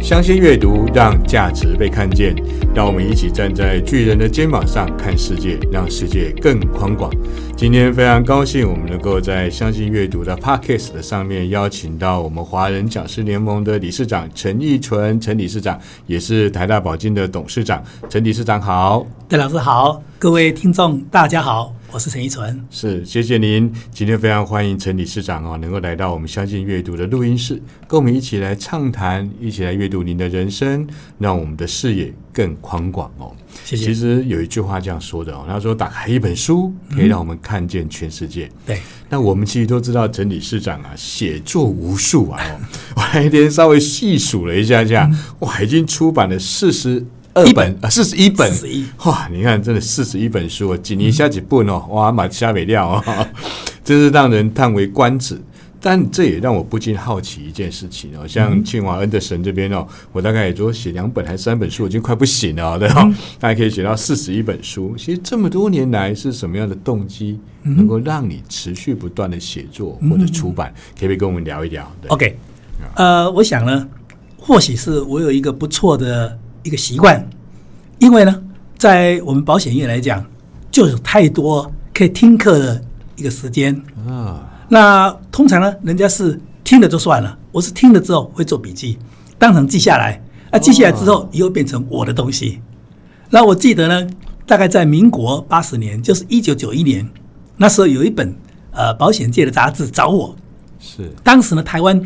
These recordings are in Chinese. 相信阅读，让价值被看见。让我们一起站在巨人的肩膀上看世界，让世界更宽广。今天非常高兴，我们能够在相信阅读的 Podcast 的上面邀请到我们华人讲师联盟的理事长陈义纯，陈理事长也是台大保健的董事长。陈理事长好，戴老师好，各位听众大家好，我是陈义纯。是，谢谢您。今天非常欢迎陈理事长哦，能够来到我们相信阅读的录音室，跟我们一起来畅谈，一起来阅读您的人生，让我们的视野更宽广哦。谢其谢。实有一句话这样说的哦，他说：“打开一本书，可以让我们看见全世界。对，那我们其实都知道，陈理事长啊，写作无数啊、哦。 我那天稍微细数了一下下，哇，已经出版了四十二本啊，四十一本， 41 哇！你看，真的四十一本书哦，几年下几本哦，哇，马下美料哦， 真是让人叹为观止。但这也让我不禁好奇一件事情哦，像清华恩的神这边哦，我大概也就写两本还是三本书，我已经快不行了哦，对吧、 大概可以写到四十一本书。其实这么多年来，是什么样的动机能够让你持续不断的写作或者出版？可不可以跟我们聊一聊？对 OK，呃，我想呢，或许是我有一个不错的一个习惯，因为呢，在我们保险业来讲，就有太多可以听课的一个时间。啊，那通常呢，人家是听了就算了，我是听了之后会做笔记，当场记下来。啊，记下来之后，以后变成我的东西。那我记得呢，大概在民国八十年，就是一九九一年，那时候有一本呃保险界的杂志找我，是当时呢，台湾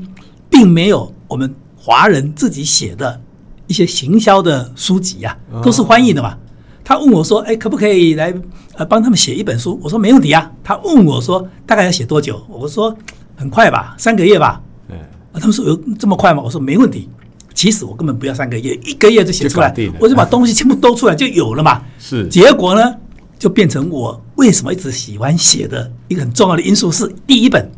并没有我们华人自己写的一些行销的书籍呀、哦都是翻译的嘛。他问我说：“哎，可不可以来呃帮他们写一本书？”我说：“没问题啊。”他问我说：“大概要写多久？”我说：“很快吧，三个月吧。嗯，”啊，他们说：“有这么快吗？”我说：“没问题。”其实我根本不要三个月，一个月就写出来就搞定了，我就把东西全部都出来就有了嘛。是结果呢，就变成我为什么一直喜欢写的一个很重要的因素是，第一本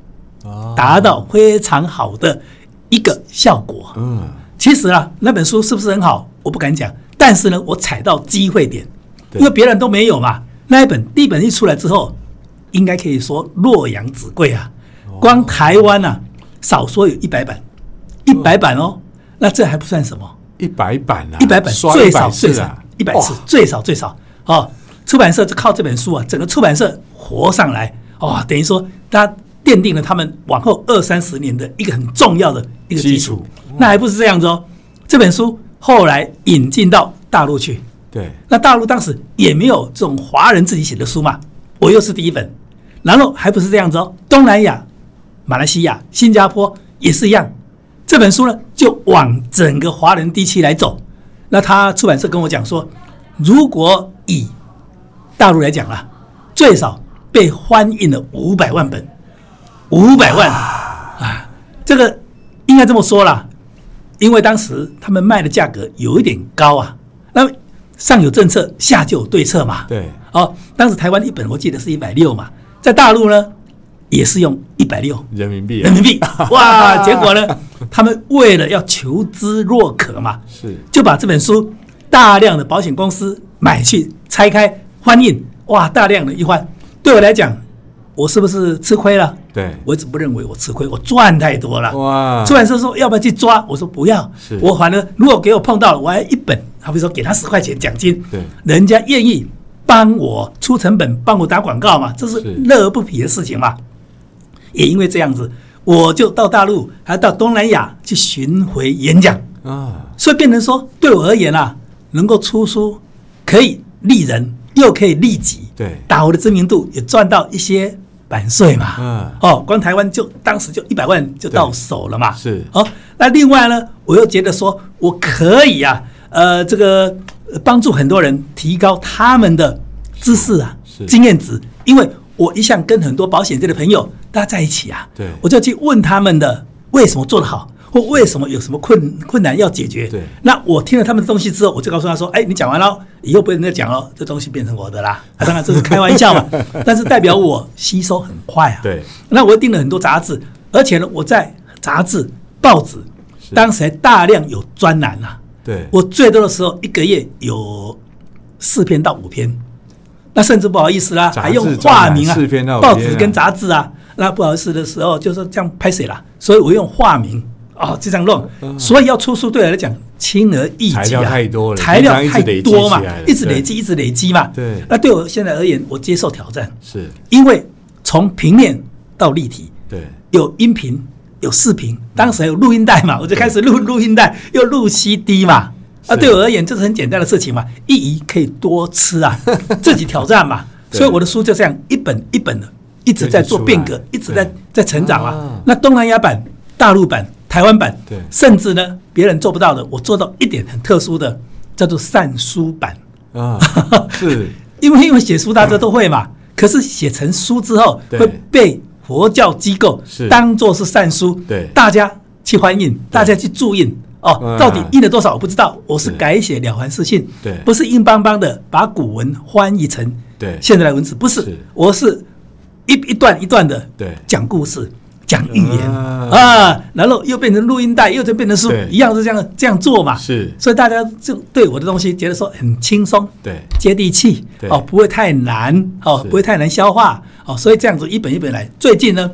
啊，达到非常好的一个效果。嗯，其实啊，那本书是不是很好，我不敢讲，但是呢，我踩到机会点，对因为别人都没有嘛。那一本第一本一出来之后，应该可以说洛阳纸贵啊，哦光台湾啊，少说有一百版，一百版哦，那这还不算什么。一百版啊，一百本刷最100少次最少啊，一百次哇最少最少哦。出版社就靠这本书啊，整个出版社活上来哦，等于说它奠定了他们往后二三十年的一个很重要的一个基基础嗯础。那还不是这样子哦，这本书后来引进到大陆去，对，那大陆当时也没有这种华人自己写的书嘛，我又是第一本，然后还不是这样子哦，东南亚、马来西亚、新加坡也是一样，这本书呢就往整个华人地区来走。那他出版社跟我讲说，如果以大陆来讲啦，最少被翻印了五百万本，五百万啊，这个应该这么说啦，因为当时他们卖的价格有一点高啊，那么上有政策，下就有对策嘛。对，哦，当时台湾一本我记得是一百六嘛，在大陆呢也是用一百六人民币啊人民币，哇！结果呢，他们为了要求知若渴嘛，是就把这本书大量的保险公司买去拆开翻印，哇，大量的一翻。对我来讲，我是不是吃亏了？对我一直不认为我吃亏，我赚太多了。哇出版社说要不要去抓？我说不要啊是，我反正如果给我碰到了，我还一本，好比说给他十块钱奖金，对人家愿意帮我出成本，帮我打广告嘛，这是是乐而不疲的事情嘛。也因为这样子，我就到大陆，还到东南亚去巡回演讲。啊，所以变成说，对我而言啊，能够出书可以利人，又可以利己，对打我的知名度也赚到一些版税嘛。嗯哦，光台湾就当时就一百万就到手了嘛。是哦，那另外呢，我又觉得说我可以啊，呃，这个呃帮助很多人提高他们的知识啊是、经验值，因为我一向跟很多保险界的朋友大家在一起啊，对我就去问他们的为什么做得好，或为什么有什么困困难要解决。对那我听了他们的东西之后，我就告诉他说：“哎，你讲完了，以后不能再讲了，这东西变成我的啦。啊”当然这是开玩笑 嘛，但是代表我吸收很快啊。对，那我订了很多杂志，而且呢，我在杂志、报纸是当时还大量有专栏啊。对，我最多的时候一个月有四篇到五篇，那甚至不好意思啦，杂志还用化名啊，专栏四篇到五篇啊报纸跟杂志啊，那不好意思的时候就是这样拍谁啦，所以我用化名哦，就这样弄，所以要出书对我来讲轻而易举啊，嗯材料太多了材料平常一太直累积多嘛起来，了一直累积，一直累积嘛。对那对我现在而言，我接受挑战，是，因为从平面到立体，对，有音频，有视频，当时还有录音带嘛，我就开始录录音带，又录 CD 嘛。啊，是对我而言，这是很简单的事情嘛，一鱼可以多吃 啊，自己挑战嘛。对所以我的书就这样一本一本的，一直在做变革，一对直在在成长啊啊。那东南亚版、大陆版、台湾版对，甚至呢别人做不到的，我做到一点很特殊的，叫做善书版。 啊，是，嗯因为因为写书大家都会嘛，可是写成书之后对会被佛教机构是当做是善书，对大家去欢迎，大家去注印。哦嗯，到底印了多少我不知道，我是是改写《了凡四训》，对不是硬邦邦的把古文翻译成对现在的文字，不是，是我是一一段一段的对讲故事、讲寓言啊啊，然后又变成录音带，又就变成书对，一样是这样这样做嘛，是所以大家就对我的东西觉得说很轻松，对接地气对哦，不会太难哦，是不会太难消化哦，所以这样子一本一本来。最近呢，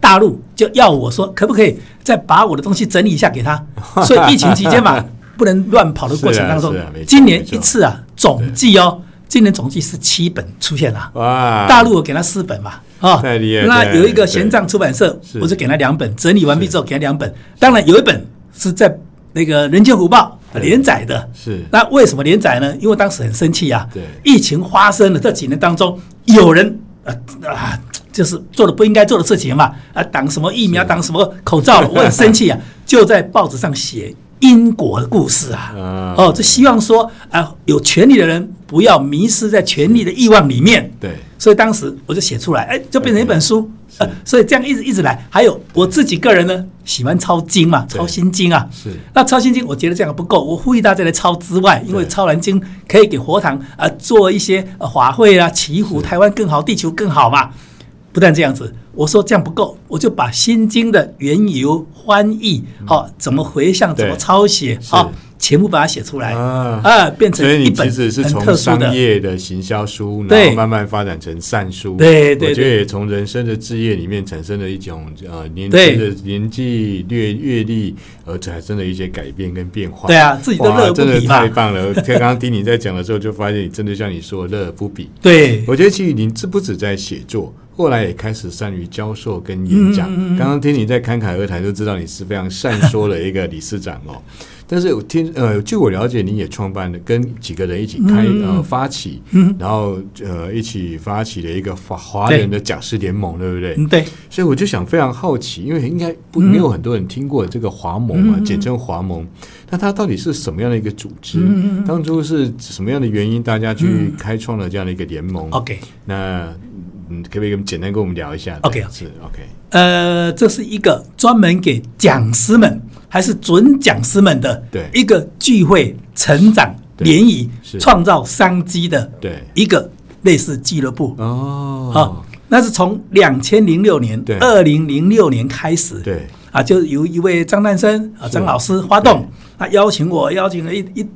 大陆就要我说，可不可以再把我的东西整理一下 给他？所以疫情期间嘛，不能乱跑的过程当中，是啊是啊没错今年没错一次啊，总计哦，今年总计是七本出现了、哇，大陆我给他四本嘛，啊、太厉害那有一个对玄奘出版社，是我就给他两本，整理完毕之后给他两本。当然有一本是在那个《人间福报》对连载的，是那为什么连载呢？因为当时很生气啊，对疫情发生了这几年当中，有人啊啊，就是做了不应该做的事情嘛，啊，挡什么疫苗，是挡什么口 罩了，我很生气啊，就在报纸上写因果的故事啊，啊哦，这希望说啊，有权利的人不要迷失在权力的欲望里面，对所以当时我就写出来，哎，就变成一本书。嗯是呃，所以这样一直一直来，还有我自己个人呢，喜欢抄经嘛，对抄心经啊。是那抄心经，我觉得这样不够，我呼吁大家来抄之外，因为对抄完经可以给佛堂啊、呃做一些、呃、法会啊，祈福台湾更好，地球更好嘛。不但这样子，我说这样不够，我就把《心经》的缘由、翻译，好、怎么回向，怎么嗯对抄写，是好、全部把它写出来啊啊，变成所以一你本其实是很从特殊的商。业的行销书，然对后慢慢发展成善书。对对我觉得对也从人生的置业里面产生了一种呃年对轻的年纪阅阅历而产生的一些改变跟变化。对啊自己都乐而哇不真的疲嘛太棒了！刚刚听你在讲的时候，就发现你真的像你说的乐而不疲。对，我觉得其实您这不止在写作，后来也开始善于教授跟演讲。刚刚听你在侃侃而谈，就知道你是非常善说的一个理事长哦。但是我听呃，据我了解，你也创办了跟几个人一起开、呃发起，然后呃一起发起了一个华华人的讲师联盟，对不对？嗯，对，所以我就想非常好奇，因为应该不没有很多人听过这个华盟嘛，简称华盟。那它到底是什么样的一个组织？当初是什么样的原因，大家去开创了这样的一个联盟 OK 那嗯，可不可以跟我们简单跟我们聊一下 OK，啊是 OK，呃，这是一个专门给讲师们还是准讲师们的对一个聚会、成长、对联谊是、创造商机的对一个类似俱乐部。哦，啊，那是从两千零六年对、二零零六年开始，对，啊，就由一位张诞生啊，是张老师花对动，他邀请我，邀请了一一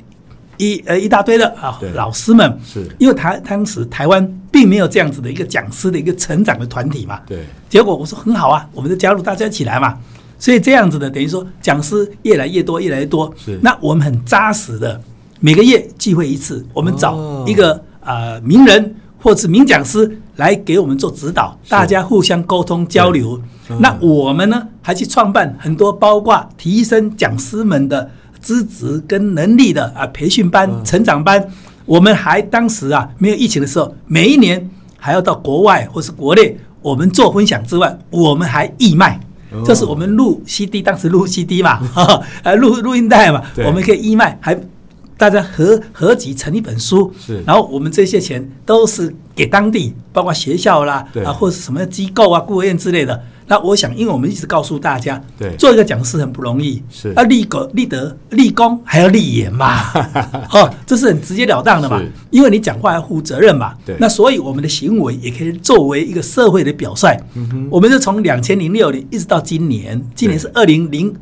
一呃一大堆的啊对老师们，是因为台当时台湾并没有这样子的一个讲师的一个成长的团体嘛，对结果我说很好啊，我们就加入大家一起来嘛。所以这样子的，等于说讲师越来越多，越来越多。是那我们很扎实的，每个月聚会一次，我们哦找一个、呃名人或是名讲师来给我们做指导，大家互相沟通交流。对嗯那我们呢，还去创办很多包括提升讲师们的资质跟能力的啊培训班、嗯成长班。我们还当时啊没有疫情的时候，每一年还要到国外或是国内，我们做分享之外，我们还义卖哦。就是我们录 CD，当时录 CD 嘛， 呃，录录音带嘛对，我们可以义卖，还大家合合集成一本书是，然后我们这些钱都是给当地，包括学校啦对，啊，或者是什么机构啊、孤儿院之类的。那我想，因为我们一直告诉大家，对做一个讲师很不容易，是要立格、立德、立功，还要立 言嘛，哦，这是很直截了当的嘛是，因为你讲话要负责任嘛对。那所以我们的行为也可以作为一个社会的表率。嗯我们就从两千零六年一直到今年，今年是二零零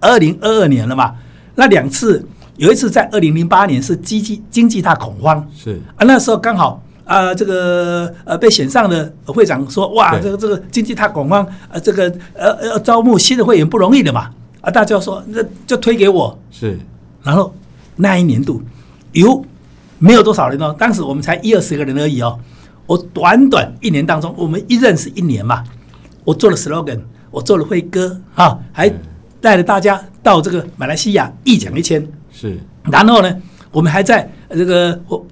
二零二二年了嘛。那两次，有一次在二零零八年是经济经济大恐慌，是啊，那时候刚好啊、这个呃被选上的会长说，哇，对这个这个经济大恐慌，呃，这啊个呃呃招募新的会员不容易的嘛，啊，大家说那就推给我，是然后那一年度有没有多少人哦？当时我们才一二十个人而已哦。我短短一年当中，我们一认识一年嘛，我做了 slogan，我做了会歌啊，还带着大家到这个马来西亚一讲一千，是然后呢，我们还在呃这个佛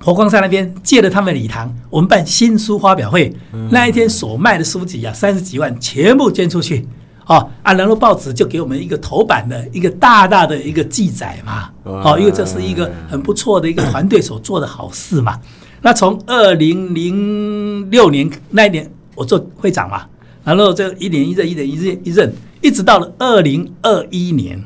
佛光山那边借了他们的礼堂，我们办新书发表会。那一天所卖的书籍啊，三十几万全部捐出去。哦啊，然后报纸就给我们一个头版的一个大大的一个记载嘛。哦，因为这是一个很不错的一个团队所做的好事嗯嘛。那从二零零六年那一年我做会长嘛，然后这一年一任一任一任一任，一直到了二零二一年，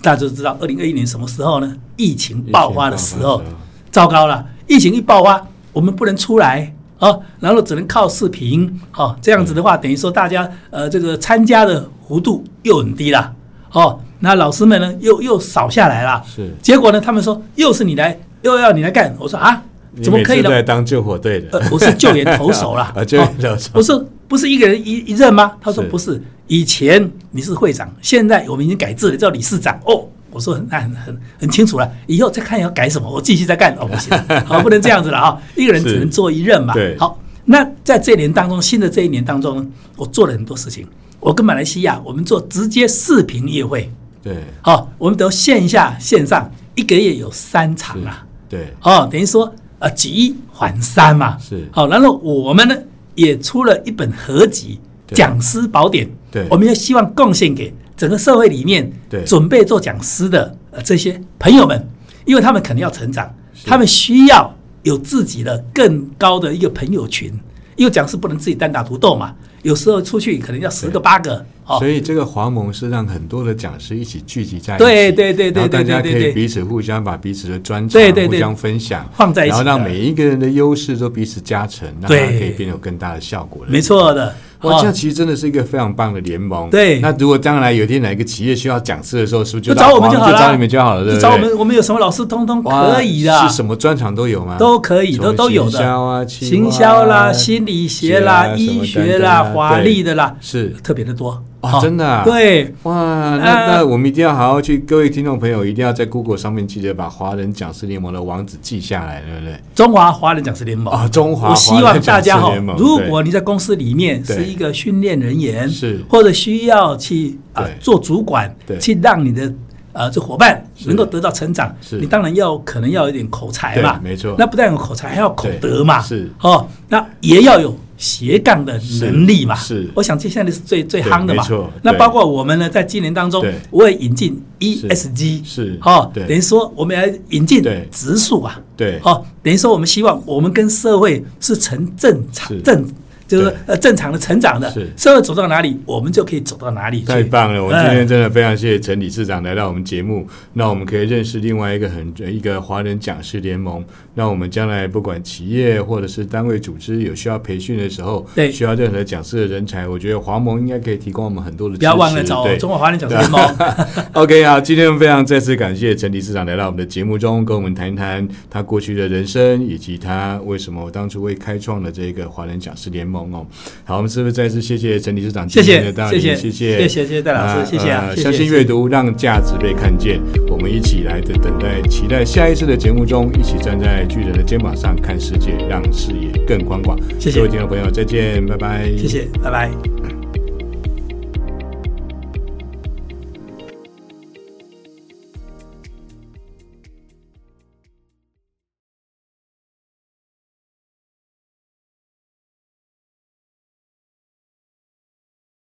大家都知道，二零二一年什么时候呢？疫情爆发的时候疫情爆发的时候，糟糕了，疫情一爆发，我们不能出来啊，哦然后只能靠视频哦，这样子的话，等于说大家呃这个参加的幅度又很低了哦，那老师们呢又又少下来了，是结果呢他们说又是你来，又要你来干，我说啊，你怎么每可次以都呢在？当救火队的，呃，，我是救援投手啦 啊救援投手哦不是不是一个人一一任吗？他说是不是，以前你是会长，现在我们已经改制了，叫理事长哦。我说那很很很清楚了，以后再看要改什么，我继续再干哦，不行， 好不能这样子了啊、一个人只能做一任嘛。对好，那在这一年当中，新的这一年当中呢，我做了很多事情。我跟马来西亚，我们做直接视频夜会，对，好、我们都线下线上，一个月有三场是啊。对，哦，等于说呃举一反三嘛，是好、然后我们呢也出了一本合集《对讲师宝典》，对我们也希望贡献给整个社会里面对准备做讲师的呃这些朋友们，因为他们肯定要成长，是他们需要有自己的更高的一个朋友群，因为讲师不能自己单打独斗嘛，有时候出去可能要十个对八个哦所，以这个华盟是让很多的讲师一起聚集在一起，对对对然对后大家可对对对以彼此互相把彼此的专长对对互对相分享，放在一起然后让的每一个人的优势都彼此加成，让它对可以变得有更大的效果。没。错的，哇，哦这样其实真的是一个非常棒的联盟。对那如果将来有一天哪一个企业需要讲师的时候，是不是就就找到我们就华好盟了，就啊找你们就好了，对就不找我对们，我们有什么老师通通哇可以的，是什么专长都有吗？都可以，什都么都有行销啊，的，企行划销啦、啊心理学学啦、啊什医么学等啦、等啊华对丽的啦，是特别的多哦真的啊对，哇，呃那那我们一定要好好去，各位听众朋友一定要在 Google 上面记得把华人讲师联盟的网址记下来，对不对？中华华人讲师联盟啊中华我华希人望大家讲师哈联，盟如对果你在公司里面对是一个训练人员，是或者需要去啊对做主管，对去让你的。呃，这伙伴是能够得到成长，是你当然要可能要有点口才对嘛，没错那不但有口才，还要口对德嘛，是哦，那也要有斜杠的能力嘛。是我想这现在是最最对夯的没嘛错。那对包括我们呢，在今年当中对，我也引进 ESG，是哦，对等于说我们要引进对植树啊，对哦，等于说我们希望我们跟社会是成正常是正。就是说对呃正常的成长的是，社会走到哪里，我们就可以走到哪里去。太棒了！我今哎天真的非常谢谢陈理事长来到我们节目，那我们可以认识另外一个很一个华人讲师联盟。那我们将来不管企业或者是单位组织有需要培训的时候，对需要任何讲师的人才，我觉得华盟应该可以提供我们很多的支持。不要忘了找对中华华人讲师哦联盟。 OK，好，今天非常再次感谢陈理事长来到我们的节目中，跟我们谈一谈他过去的人生，以及他为什么当初会开创了这个华人讲师联盟哦。好，我们是不是再次谢谢陈理事长今谢谢天的到来？谢谢谢谢谢谢谢戴老师那谢谢啊呃谢谢相信阅读让价值被看见，我们一起来的等待，期待下一次的节目中，一起站在巨人的肩膀上看世界，让视野更宽广。谢谢各位听众朋友，再见，拜拜。谢谢，拜拜。